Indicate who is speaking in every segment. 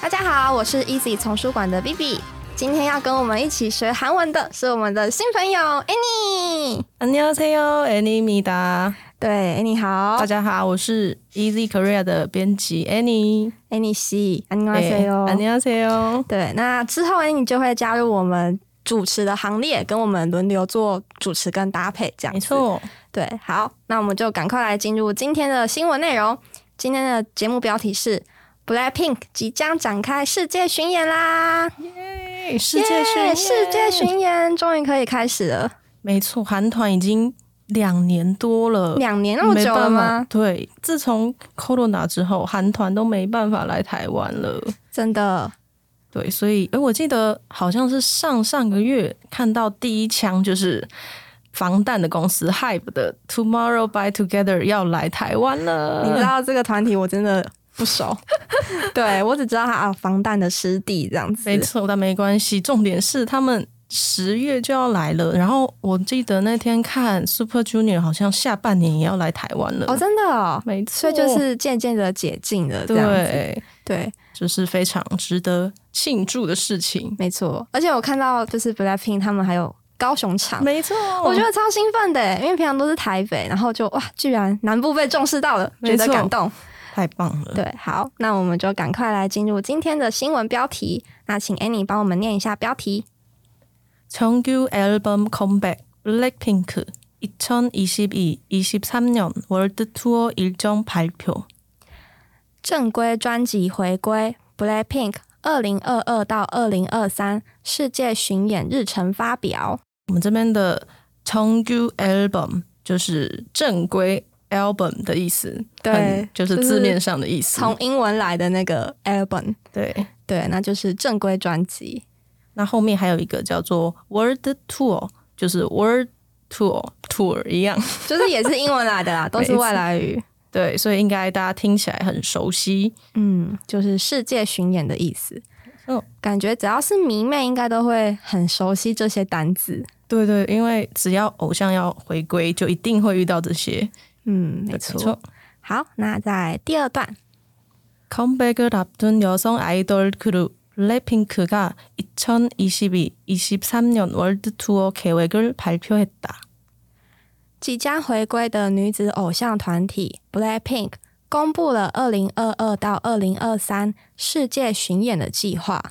Speaker 1: 大家好，我是 Easy 丛书馆的 Vivi。今天要跟我们一起学韩文的是我们的新朋友 Annie。
Speaker 2: 안녕하세요，애니입니다。
Speaker 1: 对，Annie 好
Speaker 2: 大，家好，我是 Easy Korea 的编辑 Annie。
Speaker 1: ，Annie 西，안녕하세
Speaker 2: 네
Speaker 1: 요。
Speaker 2: 안녕하세요。
Speaker 1: 对，那之后 Annie 就会加入我们主持的行列，跟我们轮流做主持跟搭配，这样子
Speaker 2: 没。错，
Speaker 1: 对，好，那我们就赶快来进入今天的新闻内容。今天的节目标题是 Blackpink 即将展开世界巡演啦！
Speaker 2: 哎世界巡
Speaker 1: 耶
Speaker 2: 演
Speaker 1: 世界巡演终于可以开始了，
Speaker 2: 没错，韩团已经两年多了。
Speaker 1: 两年那么
Speaker 2: 没
Speaker 1: 久了
Speaker 2: 办
Speaker 1: 吗
Speaker 2: 法，？对，自从 Corona 之后，韩团都没办法来台湾了。
Speaker 1: 真的，
Speaker 2: 对，所以，哎，我记得好像是上上个月看到第一枪就是防弹的公司 Hype 的 Tomorrow by Together 要来台湾了。
Speaker 1: 你知道这个团体我真的不 熟，对我只知道他啊防弹的师弟这样子，
Speaker 2: 没错，但没关系。重点是他们十月就要来了，然后我记得那天看 Super Junior 好像下半年也要来台湾了。
Speaker 1: 哦，真的哦，
Speaker 2: 没错，
Speaker 1: 所以就是渐渐的解禁了，这样子，
Speaker 2: 对，
Speaker 1: 对，
Speaker 2: 就是非常值得庆祝的事情。
Speaker 1: 没错。而且我看到就是 Blackpink 他们还有高雄场，
Speaker 2: 没错，
Speaker 1: 我觉得超兴奋的，因为平常都是台北，然后就哇，居然南部被重视到了，觉
Speaker 2: 没错嗯
Speaker 1: 得感动。
Speaker 2: 太棒了。
Speaker 1: 对，好，那我们就赶快来进入今天的新闻标题。那请 Annie 帮我们念一下标题。
Speaker 2: 정규 앨범 컴백 블랙핑크 2022-23년 월드 투어 일정 발표.
Speaker 1: 正规专辑回归，BLACKPINK 二零二二到二零二三世界巡演日程发表。
Speaker 2: 我们这边的 정규 앨범 就是正规 album 的意思，
Speaker 1: 对
Speaker 2: 很就是
Speaker 1: 就是
Speaker 2: 字面上的意思。
Speaker 1: 从英文来的那个 album，
Speaker 2: 对，
Speaker 1: 对，那就是正规专辑。
Speaker 2: 那后面还有一个叫做 world tour，就是 world tour tour 一样。
Speaker 1: 就是也是英文来的 啦，都是外来语。
Speaker 2: 对，所以应该大家听起来很熟悉。
Speaker 1: 嗯，就是世界巡演的意思。
Speaker 2: 嗯
Speaker 1: 感觉只要是迷妹，应该都会很熟悉这些单字。
Speaker 2: 对对，因为只要偶像要回归，就一定会遇到这些。
Speaker 1: 嗯，没
Speaker 2: 没
Speaker 1: 错。好，那在第二段，
Speaker 2: 컴백을 앞둔 여성 아이돌 그룹 블랙핑크가 2022-23년 월드 투어 계획을 발표했다.
Speaker 1: 即将回归的女子偶像团体 BLACKPINK 公布了二零二二到二零二三世界巡演的计划。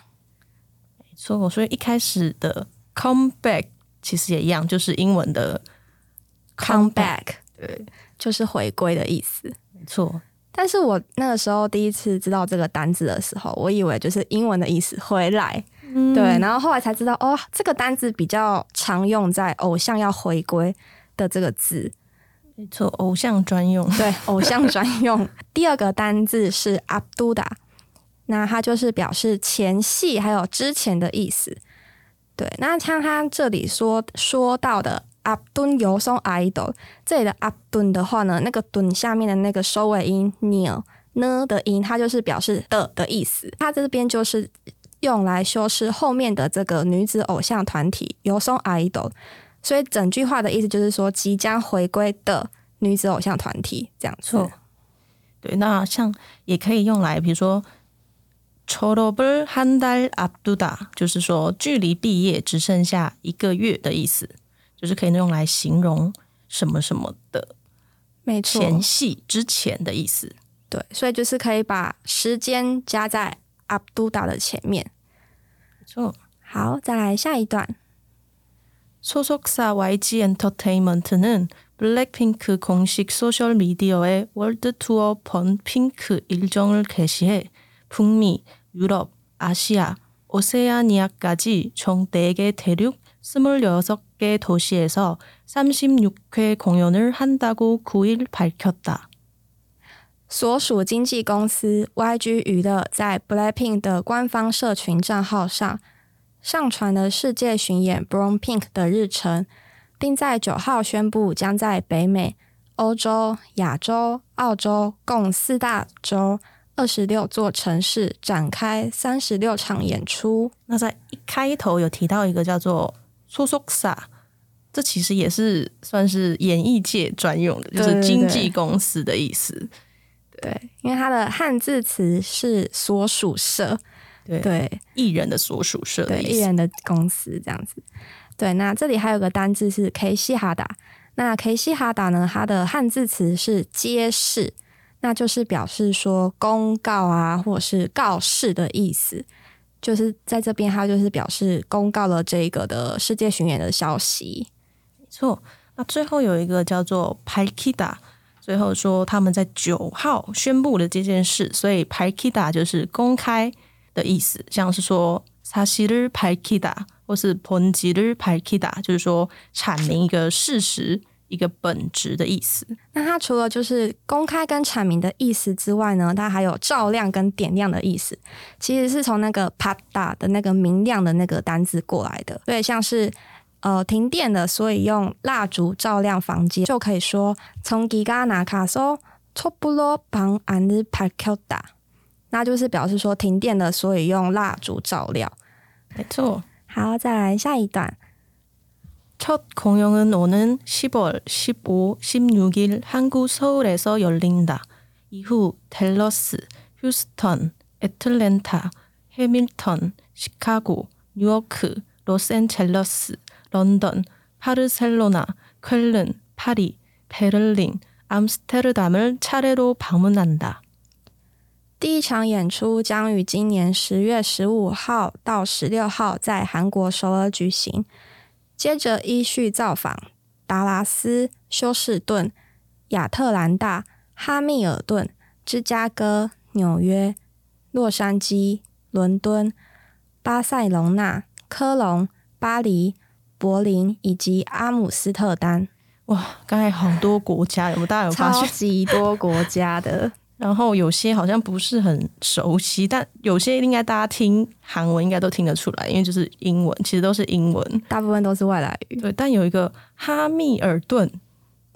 Speaker 2: 所以我说一开始的 comeback 其实也一样，就是英文的
Speaker 1: Come back，对，就是回归的意思。
Speaker 2: 没错，
Speaker 1: 但是我那个时候第一次知道这个单字的时候，我以为就是英文的意思“回来”，对。然后后来才知道，哦，这个单字比较常用在偶像要回归的这个字，
Speaker 2: 没错，偶像专用。
Speaker 1: 对，偶像专用。第二个单字是 abduda，那它就是表示前戏还有之前的意思。对，那像它这里说说到的 abdun 游松 idol，这里的 abdun 的话呢，那个 dun 下面的那个收尾音 near 呢的音，它就是表示的的意思。它这边就是用来修饰后面的这个女子偶像团体游松 idol，所以整句话的意思就是说即将回归的女子偶像团体这样子
Speaker 2: 错。对，那像也可以用来，比如说。졸업을한달앞두다，就是说距离毕业只剩下一个月的意思，就是可以用来形容什么什么的
Speaker 1: 没错，
Speaker 2: 前戏之前的意思。
Speaker 1: 对，所以就是可以把时间加在 abduda 的前面。
Speaker 2: 错
Speaker 1: 好，再来下一段。
Speaker 2: 소속사 YG 엔터테인먼트는 블랙핑크 공식 소셜 미디어에 월드 투어 번핑크 일정을 게시해 북미, 유럽, 아시아, 오세아니아까지 총 4개 대륙 26개 도시에서 36회 공연을 한다고 9일 밝혔다.
Speaker 1: 所属经纪公司 YG 娱乐在 BLACKPINK 的官方社群账号上上传了世界巡演 BLACKPINK 的日程，并在九号宣布将在北美、欧洲、亚洲、澳洲共四大洲二十六座城市展开三十六场演出。
Speaker 2: 那在一开头有提到一个叫做 s o s o x a 这其实也是算是演艺界专用的，就
Speaker 1: 对
Speaker 2: 是
Speaker 1: 对对
Speaker 2: 经纪公司的意思。
Speaker 1: 对，因为它的汉字词是所属社，
Speaker 2: 对
Speaker 1: 对，
Speaker 2: 艺人的所属社
Speaker 1: 对
Speaker 2: 的
Speaker 1: 艺
Speaker 2: 意思。
Speaker 1: 人的公司这样子。对，那这里还有个单字是 K 西哈达。那 K 西哈达呢，它的汉字词是揭示，那就是表示说公告啊，或者是告示的意思。就是在这边，它就是表示公告了这个的世界巡演的消息。
Speaker 2: 没错。那最后有一个叫做 Parkida，最后说他们在九号宣布了这件事，所以 Parkida 就是公开的意思，像是说 s a s i r Parkida 或是 Ponjir Parkida，就是说阐明一个事实、一个本质的意思。
Speaker 1: 那它除了就是公开跟阐明的意思之外呢，它还有照亮跟点亮的意思，其实是从那个 pada 的那个明亮的那个单字过来的。对，像是呃停电了，所以用蜡烛照亮房间，就可以说从기가나가서촛불로방안을밝혔다。那就是表示说停电了，所以用蜡烛照亮。
Speaker 2: 没错。
Speaker 1: 好，再来下一段。
Speaker 2: 첫 공연은 오는 10월 15, 16일 한국 서울에서 열린다. 이후 댈러스, 휴스턴, 애틀랜타, 해밀턴, 시카고, 뉴워크, 로스앤젤레스, 런던, 바르셀로나, 쾰른, 파리, 베를린, 암스테르담을 차례로 방문한다.
Speaker 1: 第一场演出将于今年十月十五号到十六号在韩国首尔举行，接着依序造访达拉斯、休斯顿、亚特兰大、哈密尔顿、芝加哥、纽约、洛杉矶、伦敦、巴塞隆纳、科隆、巴黎、柏林以及阿姆斯特丹，
Speaker 2: 와, 刚才好多国家，有没有？大家有发现？
Speaker 1: 超级多国家的。
Speaker 2: 然后有些好像不是很熟悉，但有些应该大家听韩文应该都听得出来，因为就是英文，其实都是英文。
Speaker 1: 大部分都是外来语，
Speaker 2: 对，但有一个哈密尔顿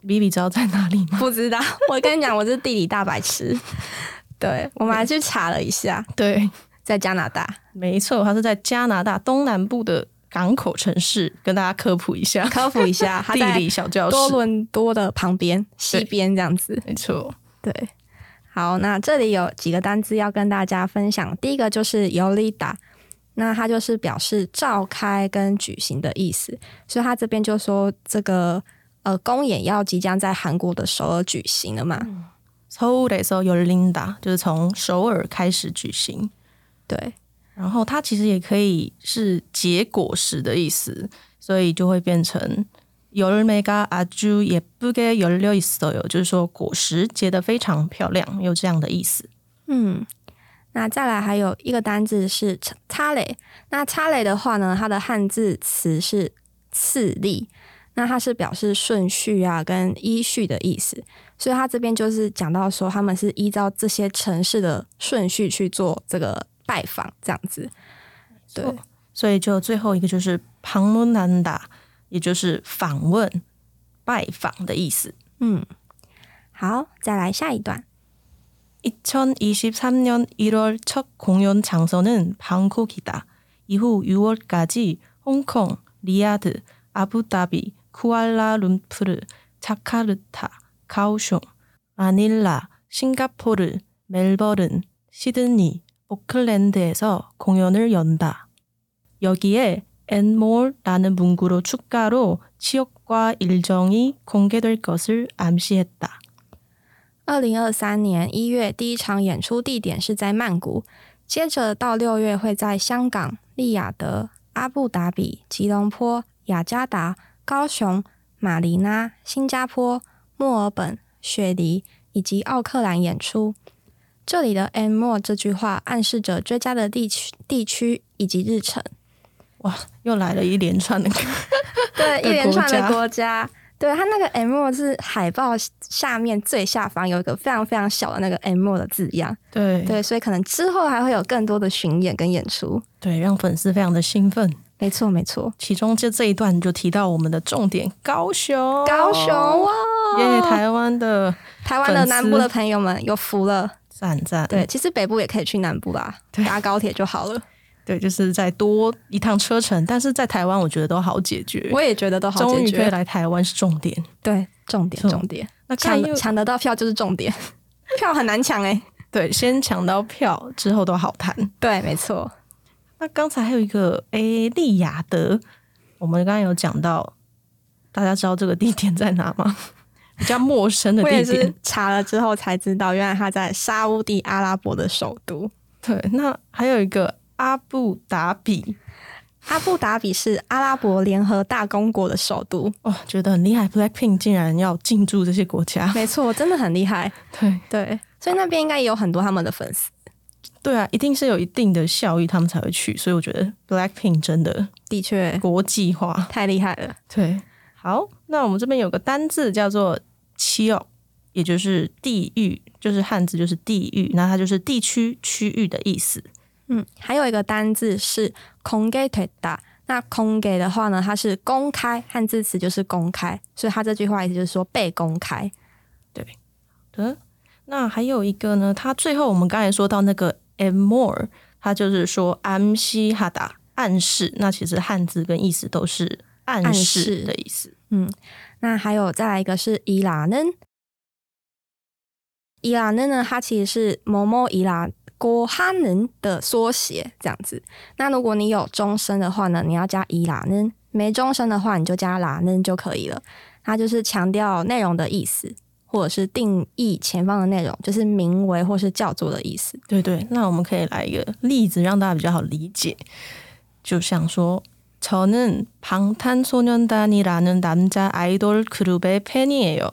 Speaker 2: 比比知道在哪里 吗？
Speaker 1: 不知道，我跟你讲，我是地理大白痴。 对，我们还去查了一下，
Speaker 2: 对，
Speaker 1: 在加拿大，
Speaker 2: 没错，它是在加拿大东南部的港口城市，跟大家科普一下
Speaker 1: 科普一 下，它
Speaker 2: 地
Speaker 1: 在
Speaker 2: 理小教室。
Speaker 1: 多伦多的旁边西边这样子。
Speaker 2: 没错，
Speaker 1: 对，好，那这里有几个单字要跟大家分享。第一个就是尤里达，那它就是表示召开跟举行的意思，所以它这边就说这个呃公演要即将在韩国的首尔举行了嘛。
Speaker 2: 首尔的时候有 Linda，就是从首尔开始举行。
Speaker 1: 对，
Speaker 2: 然后它其实也可以是结果式的意思，所以就会变成열매가아주예쁘게열려있어요，就是说果实结得非常漂亮，有这样的意思。
Speaker 1: 嗯，那再来还有一个单字是插插蕾，那插蕾的话呢，它的汉字词是次第，那它是表示顺序啊跟依序的意思，所以它这边就是讲到说他们是依照这些城市的顺序去做这个拜访这样子。对，
Speaker 2: 所以就最后一个就是방문한다，也就是访问、拜访的意思。
Speaker 1: 嗯，好，再来下一段。
Speaker 2: 2023년 1월 첫 공연 장소는 방콕이다. 이후 6월까지 홍콩, 리야드, 아부다비, 쿠알라룸푸르, 자카르타, 가오슝, 마닐라, 싱가포르, 멜버른, 시드니, 오클랜드에서 공연을 연다. 여기에 엔몰라는 문구로 추가로 지역과 일정이 공개될 것을 암시했다.
Speaker 1: 二零二三年一月第一场演出地点是在曼谷，接着到六月会在香港、利雅得、阿布达比、吉隆坡、雅加达、高雄、马尼拉、新加坡、墨尔本、雪梨以及奥克兰演出。这里的 “and more” 这句话暗示着追加的地区、地区以及日程。
Speaker 2: 又来了一连串的
Speaker 1: 对，一连串
Speaker 2: 的
Speaker 1: 的
Speaker 2: 国
Speaker 1: 国家。对，它那个 M 是海报下面最下方有一个非常非常小的那个 M 的字样，
Speaker 2: 对
Speaker 1: 对，所以可能之后还会有更多的巡演跟演出。
Speaker 2: 对，让粉丝非常的兴奋。
Speaker 1: 没错，没错，
Speaker 2: 其中这这一段就提到我们的重点高雄，
Speaker 1: 高雄哇，
Speaker 2: 耶台湾的
Speaker 1: 台湾的
Speaker 2: 粉哦丝嗯
Speaker 1: 南部的朋友们有福了。
Speaker 2: 赞赞，
Speaker 1: 对，其实北部也可以去南部啦，搭高铁就好了。
Speaker 2: 对，就是再多一趟车程，但是在台湾我觉得都好解决，
Speaker 1: 我也觉得都好解
Speaker 2: 终于可以
Speaker 1: 决。
Speaker 2: 来台湾是重点。
Speaker 1: 对，重点
Speaker 2: 错
Speaker 1: 重点，
Speaker 2: 那看
Speaker 1: 抢
Speaker 2: 又
Speaker 1: 得抢得到票就是重点， 票很难抢哎、
Speaker 2: 对，先抢到票之后都好谈。
Speaker 1: 对，没错，
Speaker 2: 那刚才还有一个诶，利雅得，我们刚刚有讲到，大家知道这个地点在哪吗？ 比较陌生的
Speaker 1: 我也
Speaker 2: 地
Speaker 1: 是
Speaker 2: 点。
Speaker 1: 查了之后才知道，原来它在沙乌地阿拉伯的首都
Speaker 2: 对，那还有一个阿布达比，
Speaker 1: 阿布达比，是阿拉伯联合大公国的首 都。
Speaker 2: 哇、觉得很厉害，BLACKPINK 竟然要进驻这些国家。
Speaker 1: 没错，真的很厉害。
Speaker 2: 对
Speaker 1: 对，所以那边应该也有很多他们的粉丝，
Speaker 2: 对啊，一定是有一定的效益，他们才会去。所以我觉得 BLACKPINK 真的
Speaker 1: 的确
Speaker 2: 国际化。
Speaker 1: 太厉害了。
Speaker 2: 对，好，那我们这边有个单字叫做“七哦”，也就是地域，就是汉字就是地域，那它就是地区、区域的意思。
Speaker 1: 嗯，还有一个单字是 c o n g a t e d 那 c o n g a 的话呢，它是公开，汉字词就是公开，所以它这句话意思就是说被公开。
Speaker 2: 的。嗯那还有一个呢，它最后我们刚才说到那个 and more，它就是说 am si h a d a 暗示。那其实汉字跟意思都是暗
Speaker 1: 暗
Speaker 2: 示
Speaker 1: 示
Speaker 2: 的意思。
Speaker 1: 那还有再来一个是伊拉嫩，伊拉嫩呢，它其实是某某伊拉国哈嫩的缩写，这样子。那如果你有中声的话呢，你要加伊拉嫩；没中声的话，你就加拉嫩就可以了。它就是强调内容的意思，或者是定义前方的内容，就是名为或是叫做的意思。
Speaker 2: 对对，那我们可以来一个例子，让大家比较好理解。就像说，저는방탄소년단이라는남자아이돌그룹의팬이에요。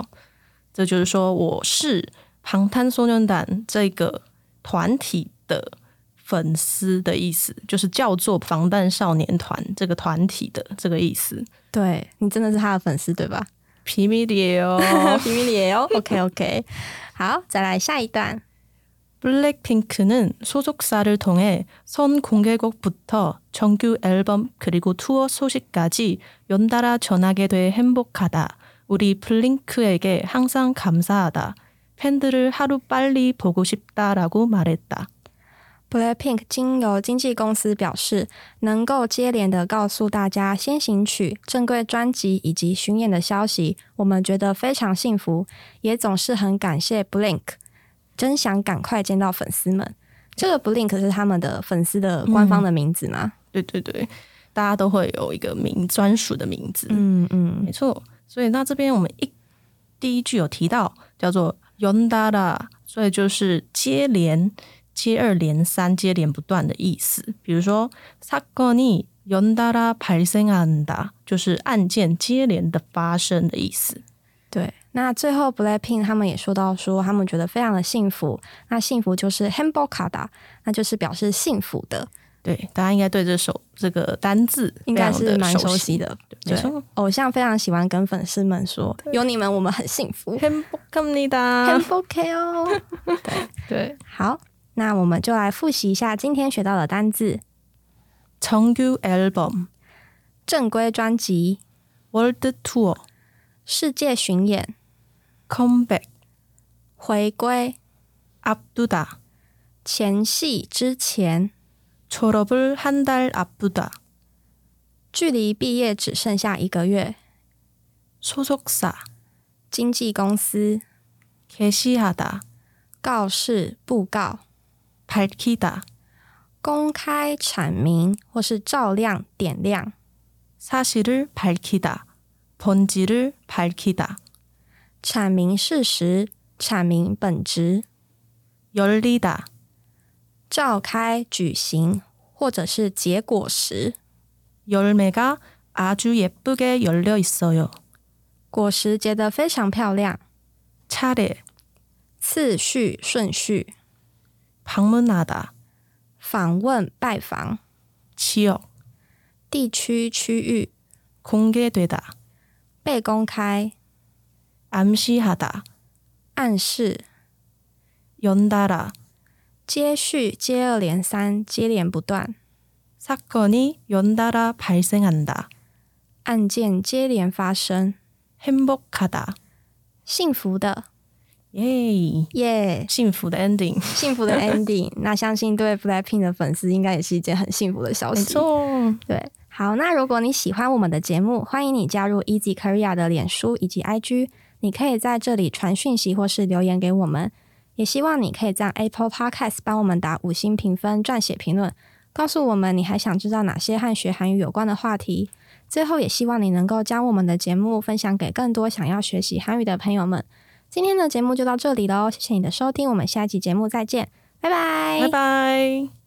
Speaker 2: 这就是说，我是방탄소년단这个团体的粉丝的意思，就是叫做防弹少年团这个团体的这个意思。
Speaker 1: 对你真的是他的粉丝对吧？
Speaker 2: 비밀이에요
Speaker 1: 比米里哦，OK OK，好，再来下一段。
Speaker 2: 블랙핑크는 소속사를 통해 선 공개곡부터 정규 앨범 그리고 투어 소식까지 연달아 전하게 돼 행복하다. 우리 블링크에게 항상 감사하다. 팬들을 하루 빨리 보고 싶다라고 말했다.
Speaker 1: BLACKPINK 经由经纪公司表示，能够接连的告诉大家先行曲、正规专辑以及巡演的消息，我们觉得非常幸福，也总是很感谢 BLINK，真想赶快见到粉丝们。这个 BLINK 是他们的粉丝的官方的名字吗？
Speaker 2: 对对对，大家都会有一个名专属的名字。
Speaker 1: 嗯嗯
Speaker 2: 没错。所以那这边我们一第一句有提到叫做 yondara，所以就是接连、接二连三、接连不断的意思。比如说 sakoni yondara p a s e n a n d a 就是案件接连的发生的意思。
Speaker 1: 对。那最后 BLACKPINK 他们也说到说，他们觉得非常的幸福。那幸福就是 Hambokada，那就是表示幸福的，
Speaker 2: 对，大家应该对这首这个单字
Speaker 1: 应该是
Speaker 2: 非常地
Speaker 1: 蛮熟
Speaker 2: 熟
Speaker 1: 悉。的。
Speaker 2: 没错
Speaker 1: 偶像非常喜欢跟粉丝们说：“有你们，我们很幸福，
Speaker 2: 很不甘你
Speaker 1: 很
Speaker 2: 的，
Speaker 1: OK 哦。
Speaker 2: 对，”
Speaker 1: 好，那我们就来复习一下今天学到的单字：
Speaker 2: 정규 앨범
Speaker 1: 正规专辑、
Speaker 2: world tour
Speaker 1: 世界巡演、
Speaker 2: comeback
Speaker 1: 回归、
Speaker 2: 앞두다
Speaker 1: 前戏之前、
Speaker 2: 졸업을 한 달 앞두다
Speaker 1: 距离毕业只剩下一个月、
Speaker 2: 소속사
Speaker 1: 经纪公司、
Speaker 2: 게시하다
Speaker 1: 告示、布告、
Speaker 2: 밝히다
Speaker 1: 公开阐明或是照亮、点亮、
Speaker 2: 사실을 밝히다 본질을 밝히다
Speaker 1: 阐明事实、阐明本质。
Speaker 2: 열리다
Speaker 1: 召开、举行或者是结果时，
Speaker 2: 열매가 아주 예쁘게 열려 있어요
Speaker 1: 果实结得非常漂亮。
Speaker 2: 차례
Speaker 1: 次序、顺序、
Speaker 2: 방문하다
Speaker 1: 访问、拜访、
Speaker 2: 지역
Speaker 1: 地区、区域、
Speaker 2: 공개되다
Speaker 1: 公被公开、
Speaker 2: 암시하다,
Speaker 1: 暗示、
Speaker 2: 연달아,
Speaker 1: 接续、接二连三、接连不断，
Speaker 2: 사건이 연달아 발생한다,
Speaker 1: 案件接连发生，
Speaker 2: 행복하다.
Speaker 1: 幸福的
Speaker 2: 耶，
Speaker 1: 耶
Speaker 2: 幸福的 ending，
Speaker 1: 幸福的 ending。那相信对 BLACKPINK 的粉丝应该也是一件很幸福的消
Speaker 2: 没
Speaker 1: 息。
Speaker 2: 错。
Speaker 1: 对，好，那如果你喜欢我们的节目，欢迎你加入 Easy Korea 的脸书以及 IG，你可以在这里传讯息或是留言给我们。也希望你可以在 Apple Podcast 帮我们打五星评分、撰写评论，告诉我们你还想知道哪些和学韩语有关的话题。最后，也希望你能够将我们的节目分享给更多想要学习韩语的朋友们。今天的节目就到这里喽，谢谢你的收听，我们下一期节目再见，拜拜，
Speaker 2: 拜拜。